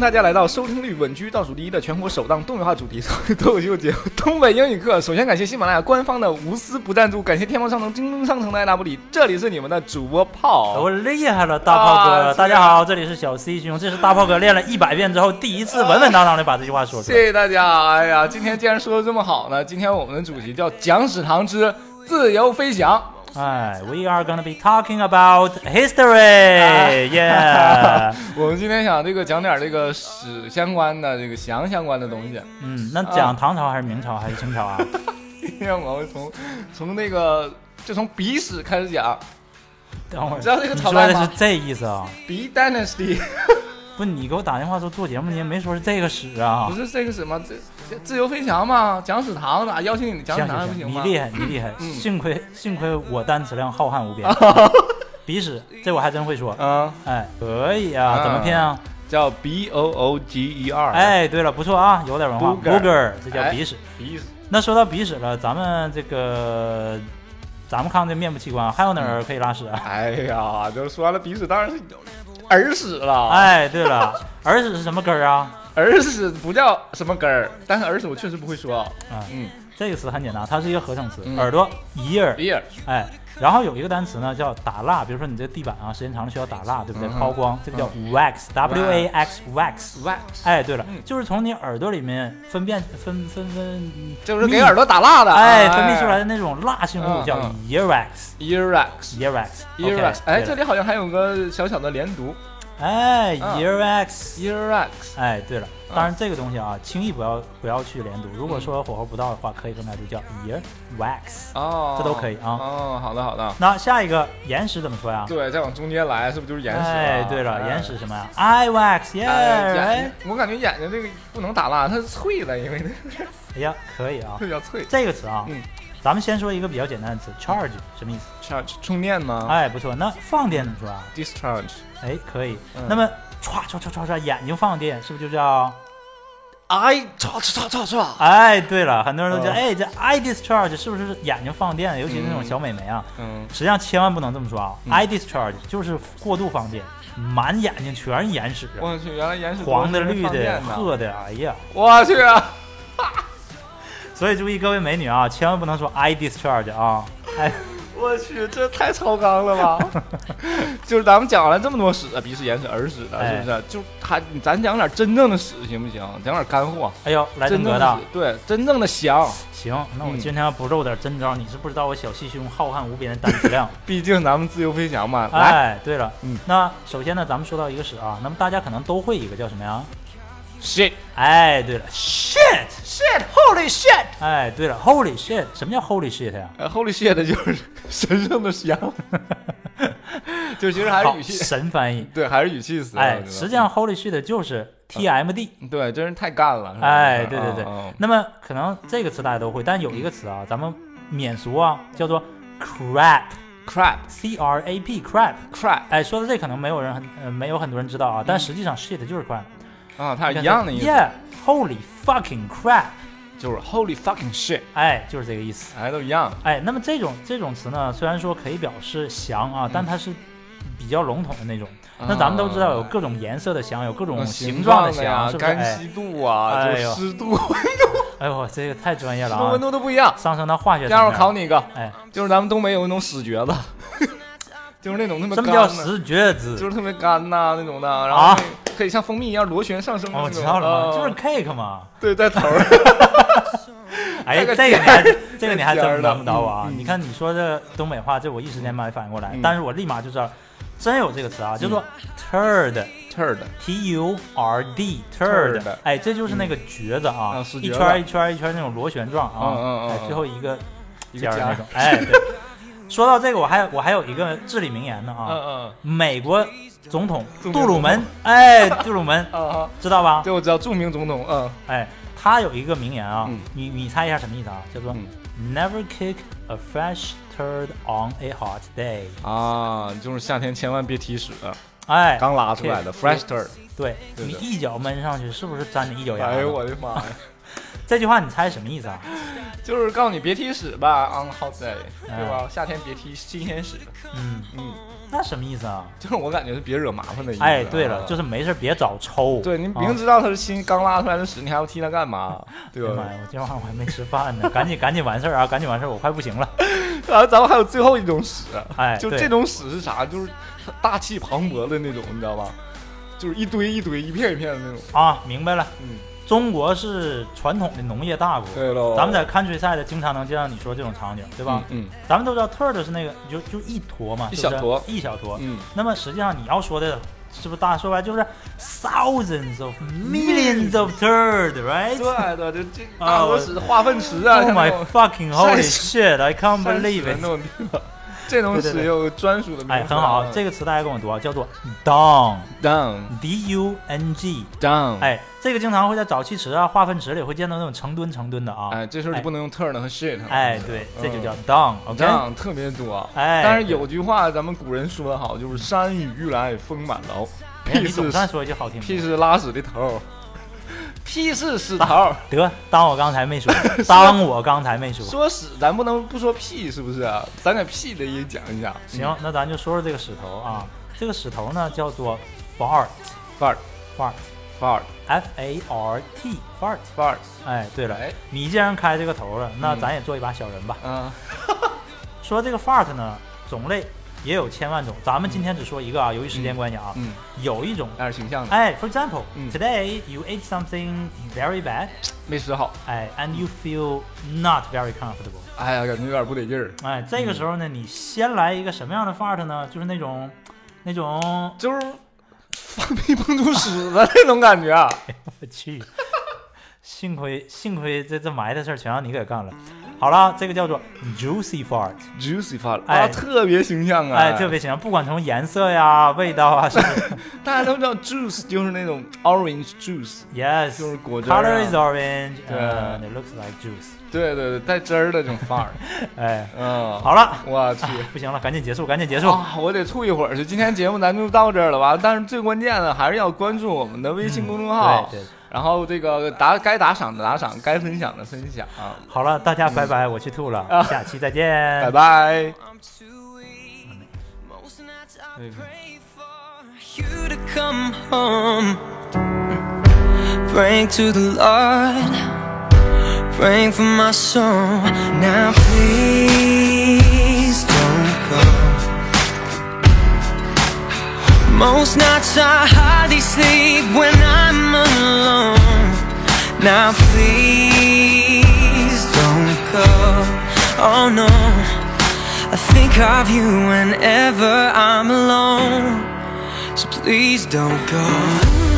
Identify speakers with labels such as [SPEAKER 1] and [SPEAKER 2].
[SPEAKER 1] 大家来到收听率稳居倒数第一的全国首档东北话主题 脱口秀节目《东北英语课》。首先感谢喜马拉雅官方的无私不赞助，感谢天猫商城、京东商城的爱答不理。这里是你们的主播炮
[SPEAKER 2] 我厉害了，大炮哥！
[SPEAKER 1] 啊
[SPEAKER 2] 大家好，这里是小 C 兄，这是大炮哥练了一百遍之后第一次稳稳当当的把这句话说出
[SPEAKER 1] 谢
[SPEAKER 2] 来。
[SPEAKER 1] 谢大家。哎呀，今天既然说的这么好呢，今天我们的主题叫“讲史堂之自由飞翔
[SPEAKER 2] 哎，We are gonna be talking about history，耶！”。
[SPEAKER 1] 我们今天想这个讲点这个史相关的、这个翔相关的东西。
[SPEAKER 2] 嗯，那讲唐朝还是明朝还是清朝啊？
[SPEAKER 1] 今天我们从从那个就从鼻史开始讲，
[SPEAKER 2] 等会儿，
[SPEAKER 1] 知道这个
[SPEAKER 2] 你
[SPEAKER 1] 朝
[SPEAKER 2] 说
[SPEAKER 1] 代
[SPEAKER 2] 的
[SPEAKER 1] 吗
[SPEAKER 2] 是这意思啊？
[SPEAKER 1] 鼻 dynasty。
[SPEAKER 2] 不，你给我打电话说做节目，你也没说是这个史啊
[SPEAKER 1] 不？是这个什么这这自由飞翔嘛，讲史堂的，啊邀请你讲
[SPEAKER 2] 行
[SPEAKER 1] 史堂还
[SPEAKER 2] 行
[SPEAKER 1] 不
[SPEAKER 2] 行，你
[SPEAKER 1] 吗？
[SPEAKER 2] 厉害，你厉害，
[SPEAKER 1] 嗯
[SPEAKER 2] 幸亏幸亏我单词量浩 瀚无边。鼻屎，这我还真会说。
[SPEAKER 1] 嗯，
[SPEAKER 2] 哎，可以啊，怎么拼啊？
[SPEAKER 1] 叫 B O O G E R，，
[SPEAKER 2] 哎，对了，不错啊，有点文化。
[SPEAKER 1] Booger
[SPEAKER 2] Booger，这叫
[SPEAKER 1] 哎
[SPEAKER 2] 鼻屎。
[SPEAKER 1] 鼻屎
[SPEAKER 2] 那说到鼻屎了，咱们这个，咱们看这面部器官还有哪儿可以拉屎啊？
[SPEAKER 1] 哎呀，就说完了鼻屎，当然是耳屎了。，
[SPEAKER 2] 哎，对了，耳屎是什么根儿啊？
[SPEAKER 1] 耳屎不叫什么根儿，但是耳屎我确实不会说。
[SPEAKER 2] 啊，
[SPEAKER 1] 嗯，
[SPEAKER 2] 这个词很简单，它是一个合成词，
[SPEAKER 1] 嗯
[SPEAKER 2] 耳朵 ear，
[SPEAKER 1] 鼻耳，
[SPEAKER 2] 哎，然后有一个单词呢叫打蜡，比如说你这地板啊，时间长了需要打蜡，对不对？
[SPEAKER 1] 嗯哼
[SPEAKER 2] 抛光，这个叫 wax，w a x wax。
[SPEAKER 1] 外
[SPEAKER 2] 哎，对了
[SPEAKER 1] 嗯，
[SPEAKER 2] 就是从你耳朵里面分辨分分分，
[SPEAKER 1] 就是给耳朵打蜡的。
[SPEAKER 2] 哎分泌出来的那种蜡性物
[SPEAKER 1] 嗯
[SPEAKER 2] 叫
[SPEAKER 1] 嗯
[SPEAKER 2] earwax。
[SPEAKER 1] earwax。
[SPEAKER 2] earwax
[SPEAKER 1] earwax，哎，这
[SPEAKER 2] 里
[SPEAKER 1] 里好像还有个小小的连读
[SPEAKER 2] 哎
[SPEAKER 1] 嗯
[SPEAKER 2] earwax，
[SPEAKER 1] earwax。
[SPEAKER 2] 哎，对了，
[SPEAKER 1] 嗯
[SPEAKER 2] 当然这个东西啊，轻易不要不要去连读，如果说火候不到的话，可以分开读叫 earwax。
[SPEAKER 1] 哦，
[SPEAKER 2] 这都可以啊
[SPEAKER 1] 哦，好的好的。
[SPEAKER 2] 那下一个岩石怎么说呀？
[SPEAKER 1] 对，再往中间来，是不是就是岩石？啊
[SPEAKER 2] 哎，对了，岩石什么呀？eye wax，耶！
[SPEAKER 1] 哎
[SPEAKER 2] 哎，
[SPEAKER 1] 我感觉眼睛这个不能打蜡，它是脆的，因为它
[SPEAKER 2] 哎呀，可以 啊，
[SPEAKER 1] 比较脆。
[SPEAKER 2] 这个词啊
[SPEAKER 1] 嗯，
[SPEAKER 2] 咱们先说一个比较简单的词，charge 什么意思？
[SPEAKER 1] charge 充电吗
[SPEAKER 2] 哎，不错，那放电怎么说啊？
[SPEAKER 1] ？discharge
[SPEAKER 2] 哎，可以
[SPEAKER 1] 嗯。
[SPEAKER 2] 那么唰唰唰唰唰，眼睛放电是不是就叫？
[SPEAKER 1] I 操操操操操！
[SPEAKER 2] 哎，对了，很多人都觉得，
[SPEAKER 1] 哦
[SPEAKER 2] 哎，这 eye discharge 是不是眼睛放电？尤其是那种
[SPEAKER 1] 嗯
[SPEAKER 2] 小美眉啊，
[SPEAKER 1] 嗯，
[SPEAKER 2] 实际上千万不能这么说啊
[SPEAKER 1] 嗯
[SPEAKER 2] ！eye discharge 就是过度放电，满眼睛全是眼屎，啊
[SPEAKER 1] 我去，原来岩石多
[SPEAKER 2] 黄的、
[SPEAKER 1] 是
[SPEAKER 2] 绿
[SPEAKER 1] 放
[SPEAKER 2] 的、
[SPEAKER 1] 电
[SPEAKER 2] 褐的，哎呀！
[SPEAKER 1] 我去啊！
[SPEAKER 2] 所以注意各位美女啊，千万不能说 eye discharge 啊！哎，
[SPEAKER 1] 我去，这太超纲了 吧！就是咱们讲完了这么多屎，啊鼻屎、眼屎、耳屎
[SPEAKER 2] 哎
[SPEAKER 1] 的，是不是？就还咱讲点真正的屎行不行？讲点干货，
[SPEAKER 2] 哎呦，来真
[SPEAKER 1] 真
[SPEAKER 2] 格
[SPEAKER 1] 正
[SPEAKER 2] 的
[SPEAKER 1] 的，屎对，真正的香。
[SPEAKER 2] 行，那我
[SPEAKER 1] 嗯
[SPEAKER 2] 今天要不露点真招，你是不知道我小细胸浩瀚无边的单词量。
[SPEAKER 1] 毕竟咱们自由飞翔嘛， 来
[SPEAKER 2] 哎，对了，
[SPEAKER 1] 嗯
[SPEAKER 2] 那首先呢，咱们说到一个屎啊，那么大家可能都会一个叫什么呀？
[SPEAKER 1] ，shit
[SPEAKER 2] 哎，对了，shit，
[SPEAKER 1] shit holy shit。
[SPEAKER 2] 哎，对了，holy shit，什么叫 holy shit 呀、
[SPEAKER 1] 呃，Holy shit 就是 神圣的香，就其实还
[SPEAKER 2] 好
[SPEAKER 1] 是语气，
[SPEAKER 2] 神翻译。
[SPEAKER 1] 对，还是语气词。
[SPEAKER 2] 哎
[SPEAKER 1] 我，觉得
[SPEAKER 2] 实际上 holy shit 就是 TMD。
[SPEAKER 1] 对，真是太干了。是吧
[SPEAKER 2] 哎，对对对
[SPEAKER 1] 嗯嗯。
[SPEAKER 2] 那么可能这个词大家都会，但有一个词啊，咱们免俗啊，叫做 crap，c
[SPEAKER 1] crap
[SPEAKER 2] r a p crap。
[SPEAKER 1] crap
[SPEAKER 2] 哎，说到这可能没有人很呃没有很多人知道啊，但实际上 shit 就是 crap，
[SPEAKER 1] 嗯啊，它是一样的意思，
[SPEAKER 2] Yeah，holy fucking crap，
[SPEAKER 1] 就是 Holy fucking shit，
[SPEAKER 2] 哎，就是这个意思。
[SPEAKER 1] 哎，都一样。
[SPEAKER 2] 哎，那么这种这种词呢，虽然说可以表示翔啊，但它是比较笼统的那种。那咱们都知道
[SPEAKER 1] 嗯
[SPEAKER 2] 有
[SPEAKER 1] 啊
[SPEAKER 2] 各种颜色的翔，有各种
[SPEAKER 1] 嗯
[SPEAKER 2] 形
[SPEAKER 1] 形
[SPEAKER 2] 状的
[SPEAKER 1] 的呀
[SPEAKER 2] 翔，是，不是？
[SPEAKER 1] 干
[SPEAKER 2] 哎，
[SPEAKER 1] 湿度啊，
[SPEAKER 2] 哎
[SPEAKER 1] 就
[SPEAKER 2] 呦
[SPEAKER 1] 是湿度、
[SPEAKER 2] 哎呦，这个太专业了
[SPEAKER 1] 湿度、温
[SPEAKER 2] 啊！
[SPEAKER 1] 度都不一样。
[SPEAKER 2] 上升到化
[SPEAKER 1] 下
[SPEAKER 2] 学层
[SPEAKER 1] 面我
[SPEAKER 2] 面
[SPEAKER 1] 考你一个，
[SPEAKER 2] 哎，
[SPEAKER 1] 就是咱们东北有一种屎橛子， 就是那种特别
[SPEAKER 2] 什么
[SPEAKER 1] 干
[SPEAKER 2] 叫
[SPEAKER 1] 的
[SPEAKER 2] 石橛子
[SPEAKER 1] 就？是特别干呐、那种的，然后
[SPEAKER 2] 啊
[SPEAKER 1] 可以可以像蜂蜜一样螺旋上升的
[SPEAKER 2] 哦，
[SPEAKER 1] 那
[SPEAKER 2] 我
[SPEAKER 1] 种。
[SPEAKER 2] 知道了
[SPEAKER 1] 啊
[SPEAKER 2] 嘛，就是 cake 嘛。
[SPEAKER 1] 对，在头儿。
[SPEAKER 2] 哎，这
[SPEAKER 1] 这个
[SPEAKER 2] 个你还这个你还
[SPEAKER 1] 这个尖儿
[SPEAKER 2] 真
[SPEAKER 1] 的
[SPEAKER 2] 难不倒我啊！
[SPEAKER 1] 嗯嗯
[SPEAKER 2] 你看你说这东北话，这我一时间没反应过来
[SPEAKER 1] 嗯，
[SPEAKER 2] 但是我立马就知道，真有这个词啊，叫做 turd。
[SPEAKER 1] turd
[SPEAKER 2] T U R D
[SPEAKER 1] Turd
[SPEAKER 2] turd，哎，这就是那个橛子啊，
[SPEAKER 1] 嗯啊是
[SPEAKER 2] 一
[SPEAKER 1] 橛
[SPEAKER 2] 圈
[SPEAKER 1] 子
[SPEAKER 2] 儿一圈儿一圈儿那种螺旋状啊，
[SPEAKER 1] 嗯嗯嗯
[SPEAKER 2] 哎，
[SPEAKER 1] 嗯
[SPEAKER 2] 最后一个
[SPEAKER 1] 一
[SPEAKER 2] 尖
[SPEAKER 1] 个
[SPEAKER 2] 儿
[SPEAKER 1] 尖
[SPEAKER 2] 那
[SPEAKER 1] 儿
[SPEAKER 2] 种，哎，对。 说到这个，我还我还有一个至理名言呢
[SPEAKER 1] 嗯
[SPEAKER 2] 啊，
[SPEAKER 1] 嗯
[SPEAKER 2] 美国总统
[SPEAKER 1] 著名
[SPEAKER 2] 杜鲁门，哎，杜鲁门
[SPEAKER 1] 嗯啊，
[SPEAKER 2] 知道吧？
[SPEAKER 1] 对，我知道，著名总统，嗯，
[SPEAKER 2] 哎，他有一个名言啊
[SPEAKER 1] 嗯，
[SPEAKER 2] 你你猜一下什么意思啊？叫做
[SPEAKER 1] 嗯
[SPEAKER 2] Never kick a fresh turd on a hot day，
[SPEAKER 1] 啊，就是夏天千万别踢屎，
[SPEAKER 2] 哎，
[SPEAKER 1] 刚拉出来的 fresh turd，
[SPEAKER 2] 对
[SPEAKER 1] 对哎
[SPEAKER 2] 你
[SPEAKER 1] 对
[SPEAKER 2] 一脚闷上去，是不是沾你一脚牙？
[SPEAKER 1] 哎呦我的妈呀，
[SPEAKER 2] 这句话你猜什么意思啊？
[SPEAKER 1] 就是告诉你别踢屎吧，on 嗯 hot day，对吧？夏天别踢新鲜屎，
[SPEAKER 2] 嗯，
[SPEAKER 1] 哎嗯，
[SPEAKER 2] 那什么意思啊？
[SPEAKER 1] 就是我感觉是别惹麻烦的意思。
[SPEAKER 2] 哎，对了，
[SPEAKER 1] 啊
[SPEAKER 2] 就是没事儿别找抽。
[SPEAKER 1] 对你明
[SPEAKER 2] 啊
[SPEAKER 1] 知道它是新刚拉出来的屎，你还要踢它干嘛？对
[SPEAKER 2] 哎呀
[SPEAKER 1] 吧
[SPEAKER 2] 妈？呀，我今晚上我还没吃饭呢， 赶紧赶紧完事儿啊，赶紧完事儿，我快不 行了。
[SPEAKER 1] 然后咱们还有最后一种屎，
[SPEAKER 2] 哎，
[SPEAKER 1] 就
[SPEAKER 2] 对
[SPEAKER 1] 这种屎是啥？就是大气磅礴的那种，你知道吧？就是一堆一堆、一片一片的那种。
[SPEAKER 2] 啊，明白了。
[SPEAKER 1] 嗯，
[SPEAKER 2] 中国是传统的农业大国，
[SPEAKER 1] 对喽。
[SPEAKER 2] 咱们在 countryside 经常能见到你说这种场景，对吧？
[SPEAKER 1] 嗯
[SPEAKER 2] 咱们都知道 turd 是那个就就一坨嘛，
[SPEAKER 1] 一
[SPEAKER 2] 是不
[SPEAKER 1] 小
[SPEAKER 2] 是
[SPEAKER 1] 坨
[SPEAKER 2] 一小坨。
[SPEAKER 1] 嗯
[SPEAKER 2] 那么实际上你要说的是不是大说白就是 thousands of millions of turd，right？
[SPEAKER 1] 嗯，对对，就这
[SPEAKER 2] 啊
[SPEAKER 1] 大
[SPEAKER 2] 我
[SPEAKER 1] 鹅屎、化粪池啊，
[SPEAKER 2] Oh
[SPEAKER 1] 像那
[SPEAKER 2] my
[SPEAKER 1] 种
[SPEAKER 2] fucking holy
[SPEAKER 1] 山
[SPEAKER 2] shit! I can't
[SPEAKER 1] 山屎
[SPEAKER 2] believe
[SPEAKER 1] 的
[SPEAKER 2] it！
[SPEAKER 1] 那种地方，这种
[SPEAKER 2] 对对
[SPEAKER 1] 屎
[SPEAKER 2] 对
[SPEAKER 1] 有专属的名字啊。
[SPEAKER 2] 哎，很好，这个词大家跟我读啊，叫做 dung，d
[SPEAKER 1] down
[SPEAKER 2] u n g。
[SPEAKER 1] down，
[SPEAKER 2] 哎，这个经常会在沼气池啊、化粪池里会见到那种成吨成吨的啊。
[SPEAKER 1] 哎，这嗯时候就
[SPEAKER 2] 哎
[SPEAKER 1] 不能用 turn 和 shit 了。
[SPEAKER 2] 哎，对，这就叫 dung。OK，
[SPEAKER 1] down 特别多啊。
[SPEAKER 2] 哎，
[SPEAKER 1] 但是有句话，咱们古人说得好，就是“山雨欲来风满楼”，
[SPEAKER 2] 哎
[SPEAKER 1] 屁
[SPEAKER 2] 你总
[SPEAKER 1] 是
[SPEAKER 2] 算说一句好听
[SPEAKER 1] 屁
[SPEAKER 2] 的。
[SPEAKER 1] 是拉屎的头儿，屁 是屎头儿。
[SPEAKER 2] 得，当我刚 才没说，当我刚才没说。
[SPEAKER 1] 说屎，咱不能不说屁，是不是？咱给屁的也讲一嗯讲。
[SPEAKER 2] 行，那咱就说说这个石头啊，这个石头呢叫做 fart
[SPEAKER 1] ，fart
[SPEAKER 2] fart
[SPEAKER 1] fart
[SPEAKER 2] f a r t fart。
[SPEAKER 1] fart，
[SPEAKER 2] 哎，对了，
[SPEAKER 1] 哎，
[SPEAKER 2] 你既然开这个头了，那
[SPEAKER 1] 嗯
[SPEAKER 2] 咱也做一把小人吧。
[SPEAKER 1] 嗯
[SPEAKER 2] 说这个 fart 呢，种类也有千万种，咱们今天只说一个啊，由于时间关系啊，
[SPEAKER 1] 嗯，
[SPEAKER 2] 有一种。
[SPEAKER 1] 有点形象的，
[SPEAKER 2] 哎，for example,
[SPEAKER 1] 嗯
[SPEAKER 2] today you ate something very bad,
[SPEAKER 1] 没屎好，
[SPEAKER 2] 哎，and you feel not very comfortable。
[SPEAKER 1] 哎呀，感觉有点不得劲儿，
[SPEAKER 2] 哎，这个时候呢，你先来一个什么样的 fart 呢？就是那种，那种，
[SPEAKER 1] 就是放屁蹦出屎的 那种感觉啊。
[SPEAKER 2] 我去，幸亏幸亏这这埋的事儿全让你给干了。好了，这个叫做 juicy fart，
[SPEAKER 1] Juicy fart，
[SPEAKER 2] 哎
[SPEAKER 1] 啊，特别形象啊，
[SPEAKER 2] 哎，特别行，不管从颜色呀、味道啊，是不是
[SPEAKER 1] 大家都知道 juice 就是那种 orange juice，就是
[SPEAKER 2] yes。
[SPEAKER 1] 果汁儿
[SPEAKER 2] Color is
[SPEAKER 1] 啊。
[SPEAKER 2] orange
[SPEAKER 1] 对
[SPEAKER 2] and it looks like juice。
[SPEAKER 1] 对对对，带汁儿的这种 fart。
[SPEAKER 2] 哎，
[SPEAKER 1] 嗯，
[SPEAKER 2] 好了，
[SPEAKER 1] 我去。
[SPEAKER 2] 不行了，赶紧结束，赶紧结束。
[SPEAKER 1] 啊，我得吐一会儿去。今天节目咱就到这儿了吧？但是最关键的还是要关注我们的微信公众号，
[SPEAKER 2] 对对，
[SPEAKER 1] 然后这个打该打赏的打赏，该分享的分享，啊、
[SPEAKER 2] 好了，大家拜拜，我去吐了，下期再见，
[SPEAKER 1] 拜拜。
[SPEAKER 3] I'm too weak. Most nights I pray for you to come home. Praying to the Lord, praying for my soul. Now please don't go. Most nights I hardly sleep when I'm alone. Now please don't go. Oh no. I think of you whenever I'm alone. So please don't go.